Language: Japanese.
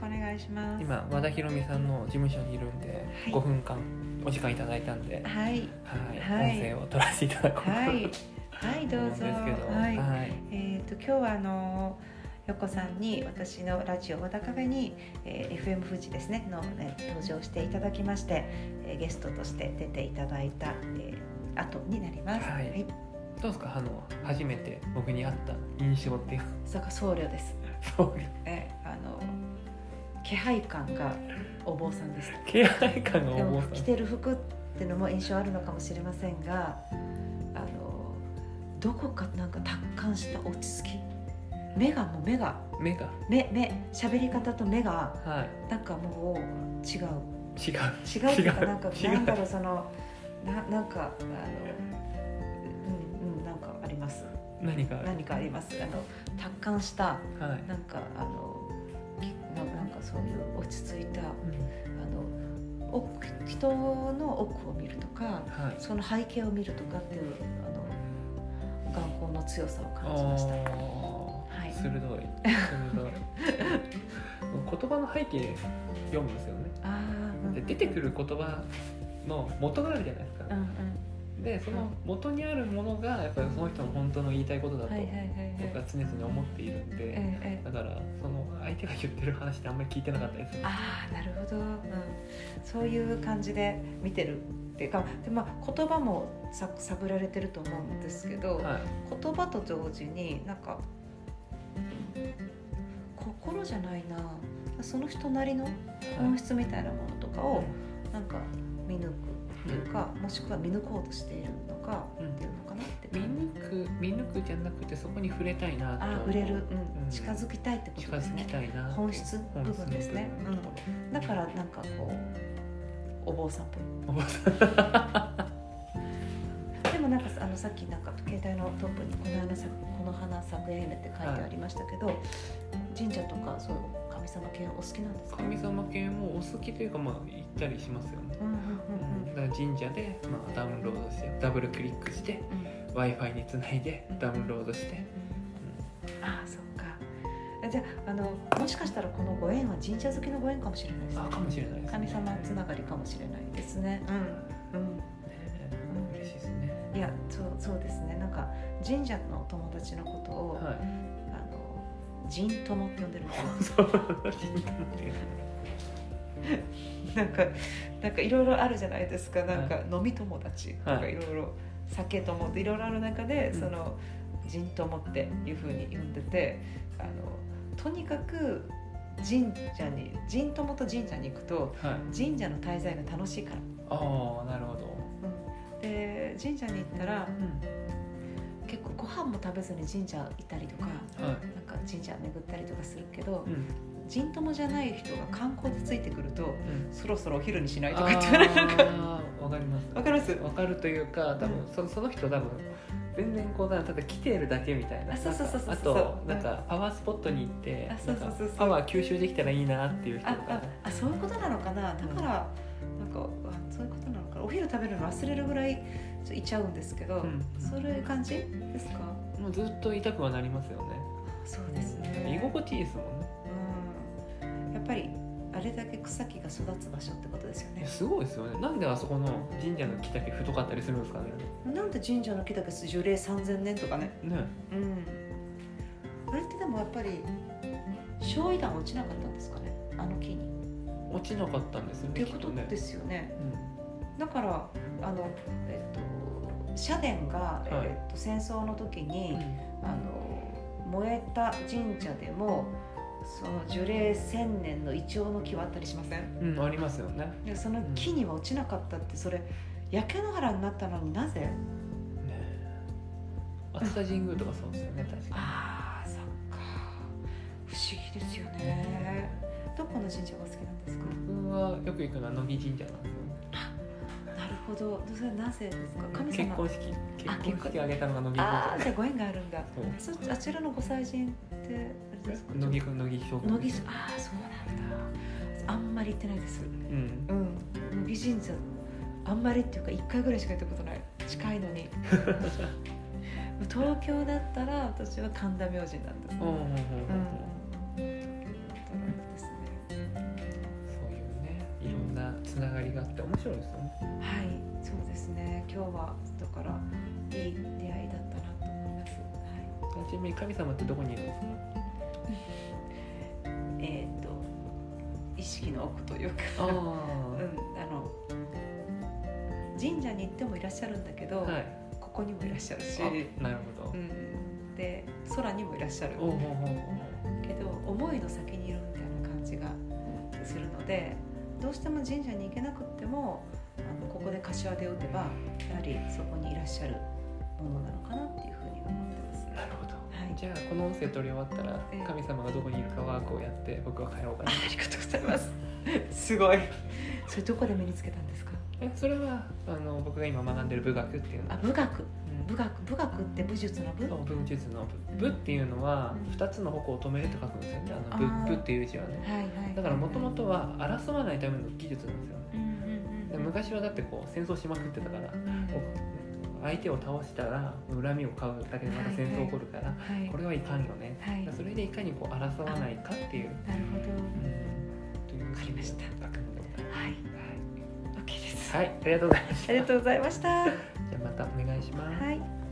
願いします今和田裕美さんの事務所にいるんで、はい5分間お時間いただいたんで、はいはいはい音声を取らせていただこうかなはといはいど思ううんですぞけど、はいはいえー、と今日はあの横さんに私のラジオ和田カフェに、えー FM 富士ですねの、ね、登場していただきまして、えーゲストとして出ていただいた、えー、後になります。はいはい、どうですかあの初めて僕に会った印象っていうそれから僧侶です。そうえーあの気配感がお坊さんです。気配感がで重もさ着てる服ってのも印象あるのかもしれませんがあのどこかなんか達観した落ち着き目がもう目が目が目目喋り方と目がはいなんかもう違う違う違うっていうか違うなんか違うなんだろうそのななんかあのうんうんなんかあります何かある何かありますあの達観したはい、なんかあのきななんかそういう落ち着いたあの奥人の奥を見るとかうんはいその背景を見るとかっていうあの眼光の強さを感じました。おーはい鋭い鋭い 言葉の背景読むんですよねあーうんで出てくる言葉の元があるじゃないですかうんうんでその元にあるものがやっぱりその人の本当の言いたいことだとはいはいはいはい僕は常々思っているんで、ええええだからその相手が言ってる話ってあんまり聞いてなかったりするああなるほど、うん、そういう感じで見てるっていうかで、まあ、言葉もさ探られてると思うんですけど、はい言葉と同時になんか心じゃないなその人なりの本質みたいなものとかをなんか見抜くっていうか、もしくは見抜こうとしているのかうんっていうのかなって見抜く見抜くじゃなくてそこに触れたいなとああ触れる、ううんん、近づきたいってこ近とですづきねたいな本質部分ですね本質の部分のところだからなんかこうお坊さんっぽいお坊さんでもなんかあのさっきなんか携帯のトップにこの花咲この花咲く愛媛って書いてありましたけど、神社とかそういう神様系お好きなんですか？神様系もお好きというかまあ行ったりしますよね、うんうんうんうんだから神社で、まあ、ダウンロードしてダブルクリックしてうん。 w i f i につないでダウンロードして、ああそっか。えじゃああのもしかしたらこのご縁は神社好きのご縁かもしれないですあね。かもしれないです、ね、神様つねながりかもしれないですね。うんうん嬉しいですねうん。いやそうそうですね。なんか神社のお友達のことを、はあの神友って呼んでるんですよ。いそ う神社ってなんかなんかいろいろあるじゃないですか。なんかは飲み友達とはかいいろいろ酒友っていろいろある中で、うんその人友っていう風に呼んでて、あのとにかく神社に人友と神社に行くとはい神社の滞在が楽しいから。ああなるほど、で神社に行ったら結構ご飯も食べずに神社行ったりとか。はい、なんか神社巡ったりとかするけどうん人友じゃない人が観光でついてくるとうん、そろそろお昼にしないとあか言って言われるーわかりますわかりますわかるというか多分そその人多分全然こうなんかただ来ているだけみたいなあそうそうそうそうなんかあとなんかパワースポットに行ってあそうそうそなうそうんかパワー吸収できたらいいなっていう人あとかああそういうことなのかなだから、なんかあそういうことなのかなお昼食べるの忘れるぐらいちょいちゃうんですけど、うんそういう感じですかもうずっと痛くはなりますよねそうですね居心地いいですもんねうんやっぱりあれだけ草木が育つ場所ってことですよいやねすごいですよねなんであそこの神社の木だけ太かったりするんですかねなんで神社の木だけ樹齢3000年とかねねうんあれってでもやっぱり焼夷弾落ちなかったんですかねあの木に落ちなかったんですよねっていうきこっととねですよねうんだからあの、えっと、社殿が、いえっと、戦争の時に、うあの燃えた神社でもその樹齢千年のイチョウの木はあったりしませんん、うん、ありますよねでその木には落ちなかったってそれ焼け野原になったのになぜね熱田神宮とかそうですよ ね確かああそっか不思議ですよねどこの神社がお好きなんですかに僕はよく行くのは乃木神社なんですよねなるほどそれなぜですか神結様婚式あ結婚式あげたのが乃木あさんあじゃあご縁があるんだそうそあちらのご祭神ってあれですか乃木くん乃木将軍乃木さんああそうなんだあんまり行ってないですうんうん乃木神社あんまりっていうか1回ぐらいしか行ったことない近いの に東京だったら私は神田明神なんですうんうんうんうんうんそうなんですねつながりがあって面白いですよねはい、そうですね。今日はだからいい出会いだったなと思います。はちなみに神様ってどこにいるんですかい、えっ、と意識の奥というか、あうん、あの神社に行ってもいらっしゃるんだけど、あ はいここにもいらっしゃるし、あなるほうどん、で空にもいらっしゃるおうおうおうけど思いの先にいるみたいな感じがするので、どうしても神社に行けなくってもあのここで柏で打てばやはりそこにいらっしゃるものなのかなっていうふうに思ってます。なるほどはいじゃあこの音声取り終わったらええ神様がどこにいるかワークをやって僕は帰ろうかあなありがとうございます。すごい。 それどこで身につけたんですか。えそれはあの僕が今学んでる武学っていうのあ、武学。うん武学、武学って武術の武。そはう文術の武武っていうのは2つの矛を止めるって書くんですよねあのあー武武っていう字はねいはい。だからもともと。とは争わないための技術なんですよねうんでうん昔はだってこう戦争しまくってたからうん。こう相手を倒したら恨みを買うだけでまた戦争起こるからはいこ。れはいかんよねはい。なるそれでいかにこう争わないかっていうほど。うんというわかりました学問でございまはい。す OK です。はいはいありがとうございましあたりがとうございました。はじゃあまたお願いしますい。